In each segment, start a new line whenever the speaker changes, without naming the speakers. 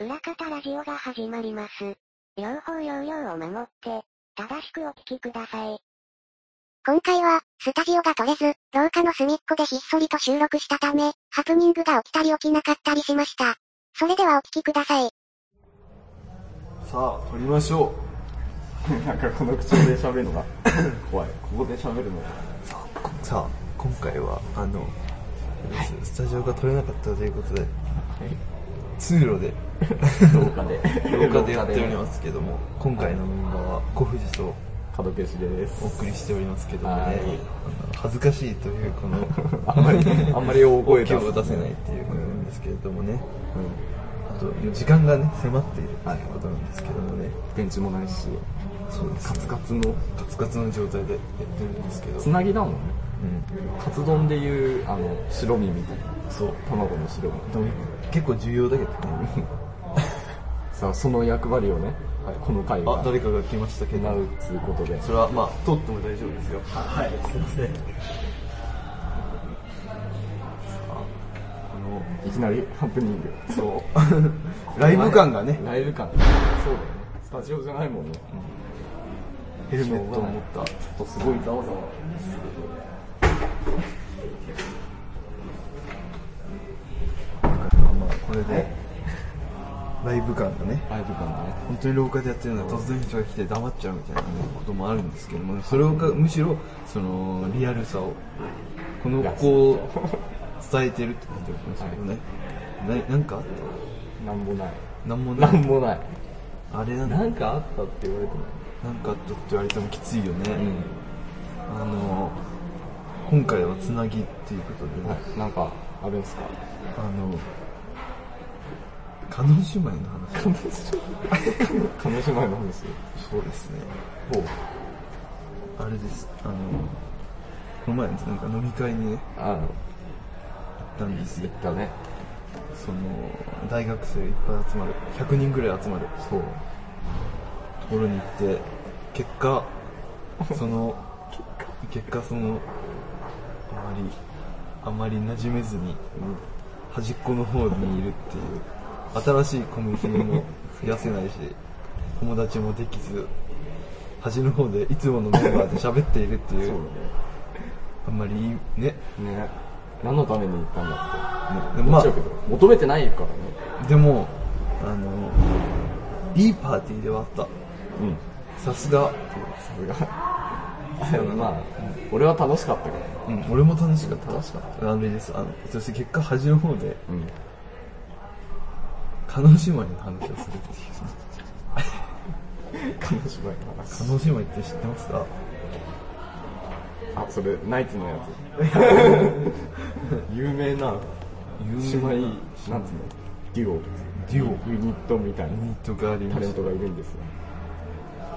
裏方ラジオが始まります。両方要領を守って、正しくお聞きください。
今回は、スタジオが取れず、廊下の隅っこでひっそりと収録したため、ハプニングが起きたり起きなかったりしました。それではお聞きください。
さあ撮りましょうなんかこの口調で喋るのが怖いここで喋るのが
さあ今回はあの、スタジオが撮れなかったということで、通路で
廊下で
廊下でやっておりますけども今回のメンバーは小藤と
角消しです
お送りしておりますけどもね、
はい
あの恥ずかしいというこの
あんまり あんまり大
声
声出す
を出せないっていうことなんですけれどもね、あと時間がね迫っているということなんですけどもね、
電池もないし
そうです
カ
ね
ツカツの
カツカツの状態でやってるんですけど、
つなぎだもんねカツ丼でいうあの白身みたいなそう卵の白身
うんでも結構重要だけどね
さあその役割をね、はい、この回
あ
が
誰かが来ましたけど
担うっつうことで
それはまあ撮っても大丈夫ですよはいすいません
いきなりハプニング
そうライブ感がね
ライブ感そうだよねスタジオじゃないもんね、
ヘルメットを持っ
ちょっとすごいざわざわ
たまあこれでライブ感がね
ライブ感がね
本当に廊下でやってるのは突然人が来て黙っちゃうみたいなねこともあるんですけどもそれをかむしろそのリアルさをこのここを伝えてるってなってますけどね、ななんかあっ
なんもない
たなんもな
ないんもない
あれなんだ
なんかあったって言われても
なんかあったって言われてもきついよね、
うん
あの今回はつなぎっていうことでね、
はいなんかあるんすか
あの叶姉妹の話
彼女姉妹の話
そうですね
ほう
あれですあのこの前なんか飲み会にね
あの
行ったんです
言
よ
ったね
その大学生いっぱい集まる100人ぐらい集まる
そう
ところに行って結果その結果そのあまりあまり馴染めずに端っこの方にいるっていう新しいコミュニティも増やせないし友達もできず端の方でいつものメンバーで喋っているっていうあんまりいいね
ね何のために行ったんだ
で
って
もま
思っちゃうけど求めてないからね
あでもあのいいパーティーではあっ
うん
たさすが
さすが まあ俺は楽しかったけど
うん、俺も楽しかった。
楽しかっ
あれです。あの、そして結果、端の方で、
うん
カノ姉妹の話をするっていう。
彼女姉妹の
カ
話
ノ姉妹って知ってますか
あそれナイツのやつ 有名な姉妹
ユ
なんつうのデュオ
デュ
ユニットみたいな
ニットがありま
タレ
し
ン
た
ト。がいるんですよ。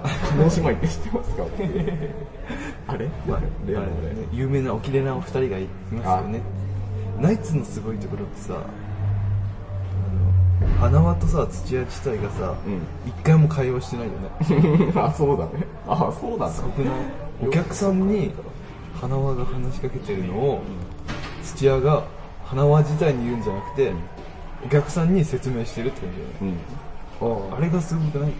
叶姉妹って知ってますか あれ
まあ、
例の
あれ
ね
ね、有名なおきれなお二人がいますよね。ナイツのすごいところってさ、あの花輪とさ、土屋自体がさ
うん、
一、回も会話してないよね。
あ、そうだね。あ、そうだね
す。ごくない お客さんに花輪が話しかけてるのを土屋が花輪自体に言うんじゃなくてお客さんに説明してるって感じだよね
うん。あ
あれがすごくないって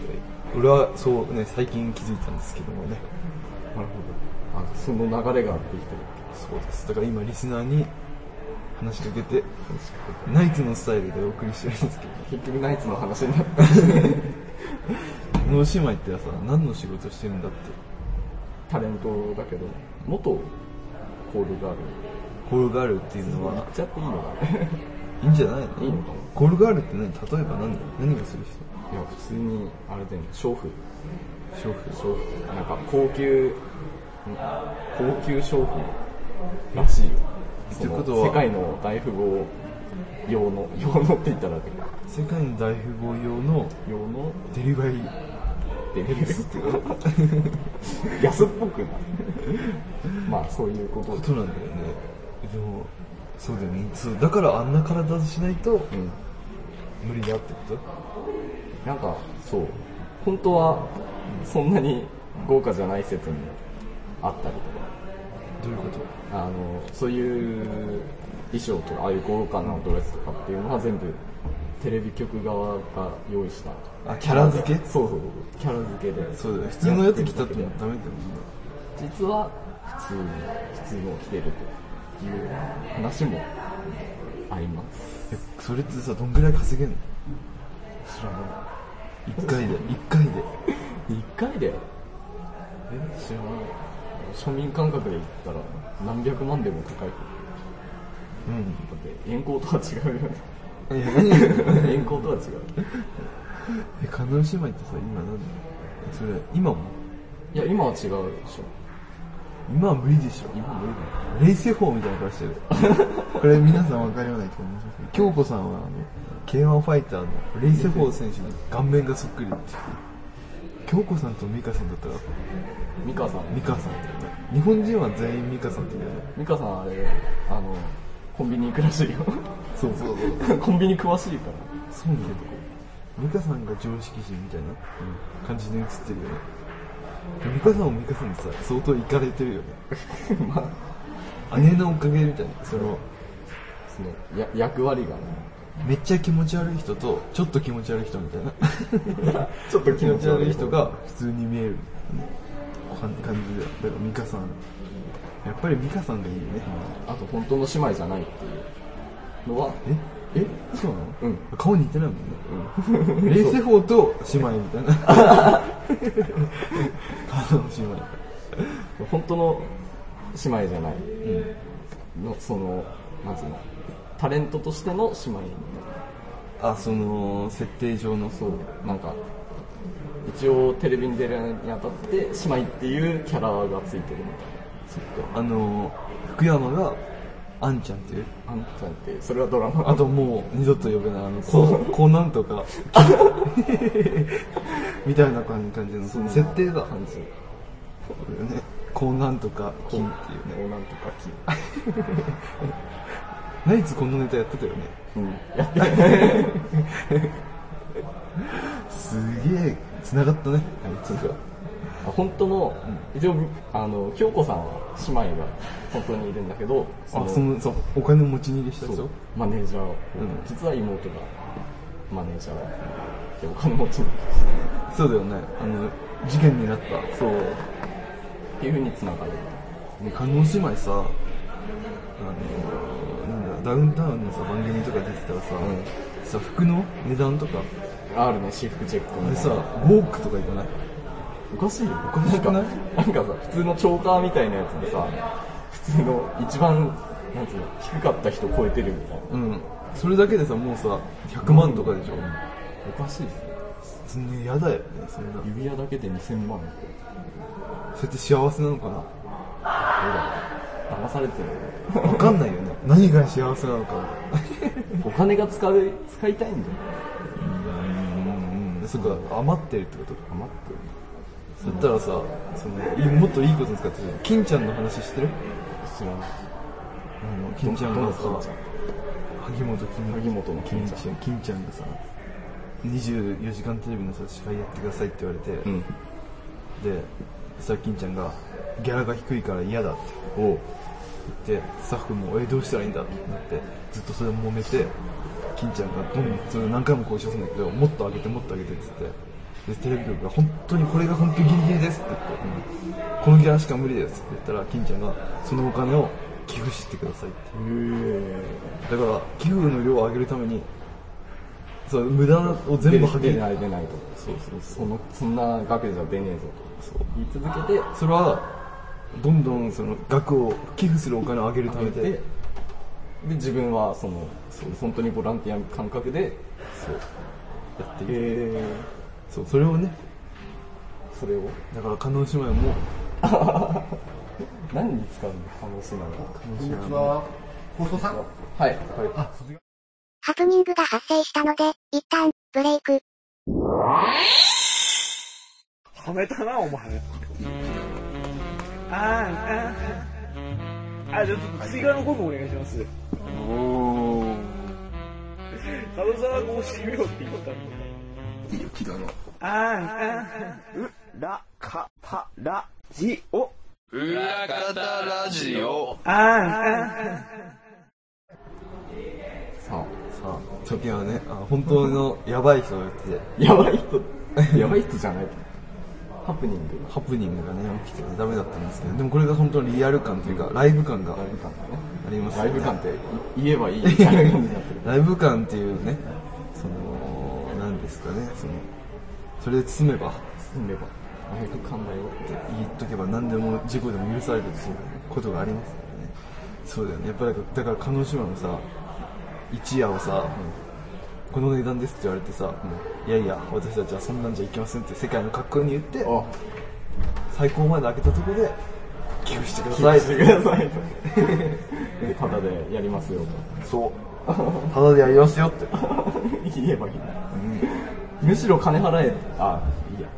俺はそうね最近気づいたんですけどもね
あ、なるほど。あ、その流れができてる。
そうですだから今リスナーに話しかけてナイツのスタイルでお送りしてるんですけど
結局ナイツの話になった。
能姉妹ってさ何の仕事してるんだって
タレントだけど、元コールガール。
コールガールっていうの
言
は
っちゃっていいのかね。
いいんじゃないの
いいのかな
コールガールって何例えば何何がする人
いや、普通に、あれだよね、娼婦。
商婦
娼婦。なんか、高級、ん高級娼婦らしいよ。
ってことは
その世界の大富豪用の、用のって言ったらだけど、
世界の大富豪用の
用の
デリバリー
デビルスっていうか安っぽくないまあそういうこと
こ
で
となんだよねでもそうだよねそうだからあんな体しないと
うん
無理だってこと
なんかそう本当はそんなに豪華じゃない説もあったりとか
どういうこと
あのそういう衣装とかああいう豪華なドレスとかっていうのは全部テレビ局側が用意した
あキャラ付け
そうそうキャラ付けで
そうだよ普通のやつ着たってもダメだよね
実は普通に普通のを着てるという話もあります
えそれってさどんぐらい稼げんのそらもう1回で1回で
1回でえ知らない庶民感覚で言ったら何百万でも高いだ
うん
って遠行とは違うよ ね
いや何よ
遠行とは違う
えカノン姉妹ってさ今何えそれ今も
いや今は違うでしょ
今は無理でしょ
今無理だよ
冷静法みたいな顔してるこれ皆さん分かりようないと思うんですけど京子さんはあの K1 ファイターの冷静法選手の顔面がそっくりって京子さんと美香さんだったら
美香さん
美香さん日本人は全員美香さんって言うよね
美香さんあれあのコンビニ行くらしいよ
そうそうそう
コンビニ詳しいから
そうなんだ美香さんが常識人みたいな感じで映ってるよね美香さんも美香さんでさ相当いかれてるよね まあ姉のおかげみたいなその
そのや役割がね
めっちゃ気持ち悪い人とちょっと気持ち悪い人みたいな
ちょっと
気持ち悪い人が普通に見えるかん感じでだから美香さんやっぱり美香さんがいいよね
あと本当の姉妹じゃないっていうのは
ええそうなの
うん
顔似てないもんね。冷静法と姉妹みた いな。顔の姉妹。
本当の姉妹じゃない、のそのなんつうのタレントとしての姉妹
あ、その、設定上のそう。
なんか一応テレビに出るにあたって姉妹っていうキャラがついてるみ
あの、福山が、あんちゃんっていう。
たいなあんちゃんってそれはドラマ
あともう二度と呼べない、あの、こう、こうなんとか、 みたいな感じ感じの、その設定が、
感じ
そうだよねこうなんとか、金っていうね。
もうなんとかき
ナイツこのネタやってたよね。
やってる
すげえ、繋がったね、あいつが。
本当の、一応あの京子さんは姉妹が本当にいるんだけど
あ、その、そう、お金持ち逃げした
そう
人
マネージャーを、
ん
実は妹がマネージャーでお金持ちに
そうだよね。あの、事件になった。
そうっていうふうにつながる
で、加納姉妹さ、あの、なんだ、ダウンタウンのさ、番組とか出てたらさ、
う
さ、服の値段とか、
あるね私服チェック
あ
み
れ
たい
さ、
な
5億とかいかない
おかしいよお
かしくない
なんかさ普通のチョーカーみたいなやつでさ普通の一番なんつうの低かった人超えてるみたいな
うん。それだけでさ、もうさ、100万とかでしょ。
おかしいですね
そんな嫌だよね、そんな。そう
指輪だけで2000万って
やって幸せなのか
どうだろう騙されてる
なわかんないよね。 何が幸せなのか。
お金が使う使いたいんだよ
うん、そっか、余ってるってこと
余って
だ
る
ったらさ、その、いもっといいことに使ってる。金ちゃんの話してる
知らない
あの、金ちゃん
ど
が
の金ち
さ
ゃん、
萩本金
萩本の金ちゃん
金金ちゃんがさ24時間テレビのさ司会やってくださいって言われて、
ん
でそしたら金ちゃんがギャラが低いから嫌だって
おう
言ってスタッフもえどうしたらいいんだってなってずっとそれを揉めて金ちゃんがどんどんそれを何回も交渉するんだけどもっと上げてもっと上げてっつってでテレビ局が本当にこれが本当にギリギリですって言って、このギャラしか無理ですって言ったら金ちゃんがそのお金を寄付してくださいって
へえ
だから寄付の量を上げるためにそう無駄を全
全
部
部
は
は
げ
げ
る
ない出ないとそうそうそのそんな額じゃ出ねえぞとそう言い続けて
それはどんどんその額を寄付するお金を上げるため
で
で
で自分はそのそう本当にボランティア感覚でそう
やっている、
え
そうそれをね
それを
だから加納姉妹も
何に使うの可能性なの
こ
か
んにちは。放送さん
はい
あ、卒業
ハプニングが発生したので、一旦、ブレイク。
はめたな、お前。あーあー、あ、じゃあちょっと追加のコンボお願いします。おお。佐藤さんはこうしめろって言ったの。あーあー、う、ら、か、た、ら、じ、お、
裏方ラジオ。
さあ、さ
時はね、あ本当のやばい人が来て、
あ、やばい人、やばい人じゃない。ハプニング。
ハプニングがね、起きててダメだったんですけど、でもこれが本当にリアル感というか、ライブ感が
ライブ感だね。
あります
ライブ感
っ
っててい言えばいいみたいな感じになってる。
ライブ感っていうね、その、なんですかね、その、それで包めば、
住んでば。ライブ感だよって。
言っとけば何でも事故でも許されるっていうことがありますよね。そうだよね。やっぱだから、だから叶姉妹のさ、一夜をさ、この値段ですって言われてさ、いやいや、私たちはそんなんじゃいけませんって世界の格好に言って、
あ、
最高まで開けたところで、寄付してくだ
気を
さい
してください。でただでやりますよと。
そう。ただでやりますよって。
言えばいい、むしろ金払えあいいや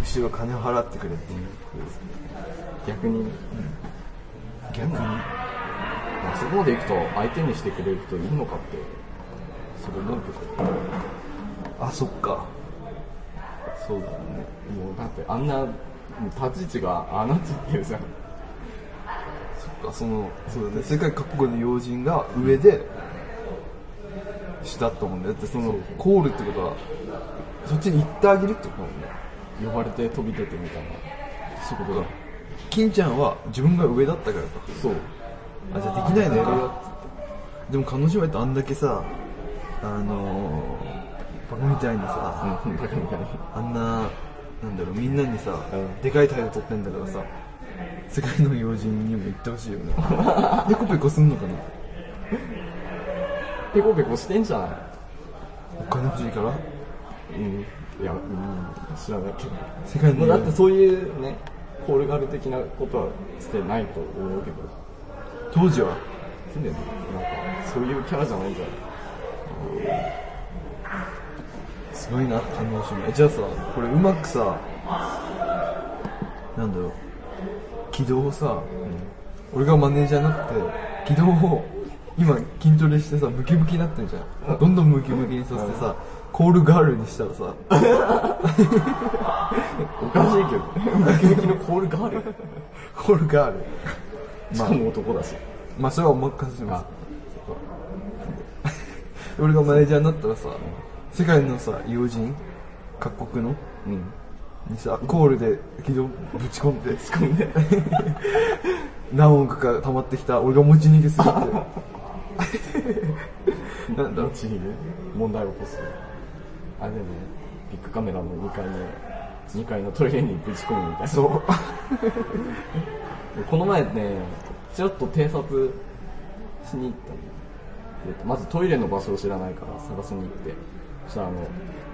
むしろ金を払ってくれっていうことですね。
逆に、
逆に、
あそこまで行くと相手にしてくれる人いるのかってそれなんてこと
あ、そっか。そうだよね。
もうだってあんな立ち位置があなっちゃってるじゃん
そっか、その、そうだね。世界各国の要人が上で、したったもんね。だってその、コールってことは、そっちに行ってあげるってことだもんね。
呼ばれて飛び出てみたいなそういうことだ
金ちゃんは自分が上だったからか。
そう
あ、じゃあできないのやるよっつって。でも、彼女はってあんだけさ、あのー、バカみたいにさ、
うんバカみたいに
あんな、なんだろう、みんなにさ、
うん
でかい態度取ってんだからさ、世界の要人にも言ってほしいよね。 ペコペコすんのかな
ペコペコしてんじゃな
お金欲しいから
いうんいやうん知らないけど
世界
ま
の
あ
要
だ
人
って。そういうねポールガル的なことはしてないと思うけど
当時は、
常になんかそういうキャラじゃないんじゃない
すごいな、感動しない。じゃあさ、これうまくさ、なんだろう、軌道をさ、俺がマネージャーじゃなくて、軌道を、今筋トレしてさ、ムキムキになってるじゃん。どんどんムキムキにさせてさ、コールガールにしたらさ、
おかしいけど、ムキムキのコールガール。
コールガール。
しかも男だし。
まあそれはお任せします。俺がマネージャーになったらさ、世界のさ、要人、各国の、
うん。
にさ、コールで軌道ぶち込んで、
しかもね、
何億か溜まってきた俺が持ち逃げすぎて。なんだろう
後にね、問題を起こす。あれだよね、ビッグカメラの2階の、2階のトイレにぶち込むみたいな。
そう。
この前ね、ちらっと偵察しに行ったのえっとまずトイレの場所を知らないから探しに行って、そしたらあの、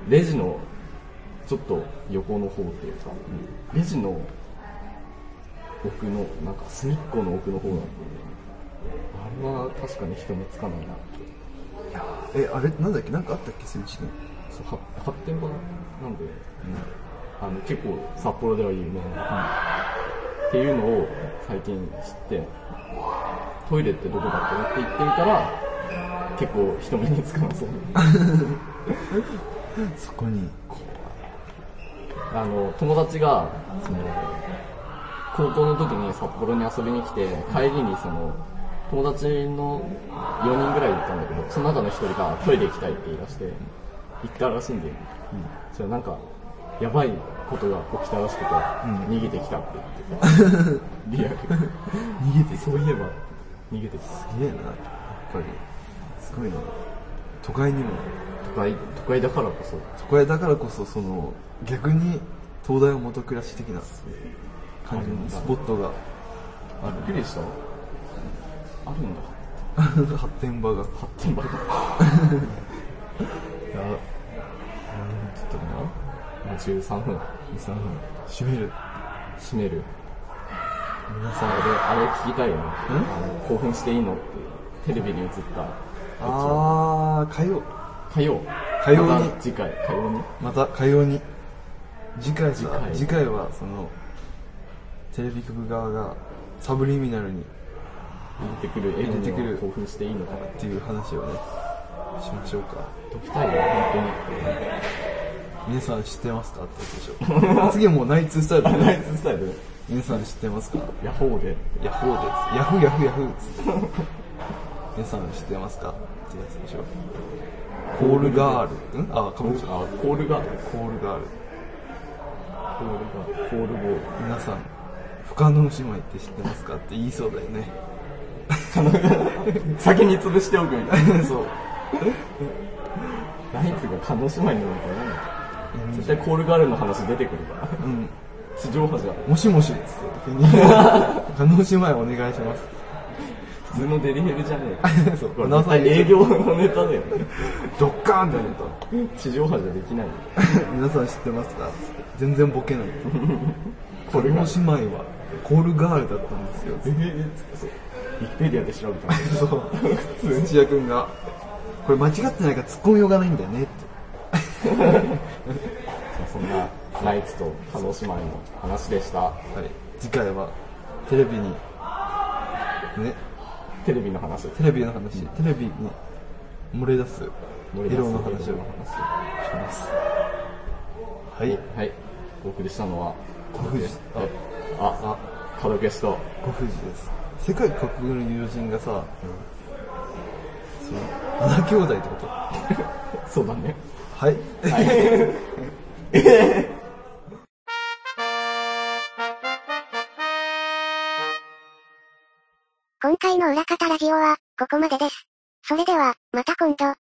レジの、ちょっと横の方っていうか、レジの奥の、なんか隅っこの奥の方なんで、あれは確かに人目つかないなって。
え、あれ、なんだっけなんかあったっけそういう事件。
そうは発展場なんで、あの結構札幌では有名な、っていうのを最近知ってトイレってどこだって思って行ってみたら結構人目につかなそう
そこに。
あの友達がその高校の時に札幌に遊びに来て帰りにその友達の4人ぐらいいたんだけどその中の1人がトイレ行きたいって言い出して行ったらしいんだよ、それなんかやばいことが起きたらしくて、逃げてきたって 言ってたリアル逃げてそういえば逃げてきた
すげえな、やっぱり。すごいな。都会にも、
都会都会だからこそ
都会だからこそ、その、逆に、東大元暮らし的な感じのスポットが、
びっくりしたあるんだ
発展場が。
発展場が
いや、なんつったかな
もう13分
23分。閉める。
閉める
皆さん
あれ、あれ聞きたいよね。
ん
あの興奮していいのっていう、テレビに映った。
あー、火曜。
火曜。
火曜に
また次回、火曜に。
また火曜に。次回さ、
次回
次回はその、テレビ局側がサブリミナルにっ
出てくる、
出てくる
エ興奮していいのかなって
いう話をね、しましょうか。
解きたいよ、本
皆さん知ってますかってやつで しょ次はもうナイツスタイルだ
あ
よ
ナイツスタイル
皆さん知ってますか
ヤホーで。
ヤフーですヤフーヤフーヤフーっつって皆さん知ってますかってやつでしょコールガールんあかぶっちゃった
あ、コールガ
コールガ
ード。
ール
コールガード。コールボール。
皆さん深野姉妹って知ってますかって言いそうだよね
先に潰しておくみたいな。
そう
ナイツが叶姉妹なのかな絶対コールガールの話出てくるから。
うん
地上波じゃ
もしもしっつって 急に深野姉妹お願いします
普通のデリヘルじゃねえ
そう
これ絶対営業のネタだよね
ドッカーンってなった
地上波じゃできないよ
皆さん知ってますかつって全然ボケないこれ
ルガ
の姉妹はコールガールだったんですよ
えーっつってそうウィキペディアで調べたんだ けど
そう土屋君がこれ間違ってないから突っ込みようがないんだよねって
そんなナイツと叶姉妹の話でした
はい次回はテレビにね
テレビの話
テレビの話テレビに漏れ出す
森
エ
田さん
ロの話をし
の話
ますはい
はいお送りしたのは
ご夫人あ
ああ門消しと
ご夫人です世界各国の友人がさ、その穴兄弟ってこと
そうだね
はい
今回の裏方ラジオは、ここまでです。それでは、また今度。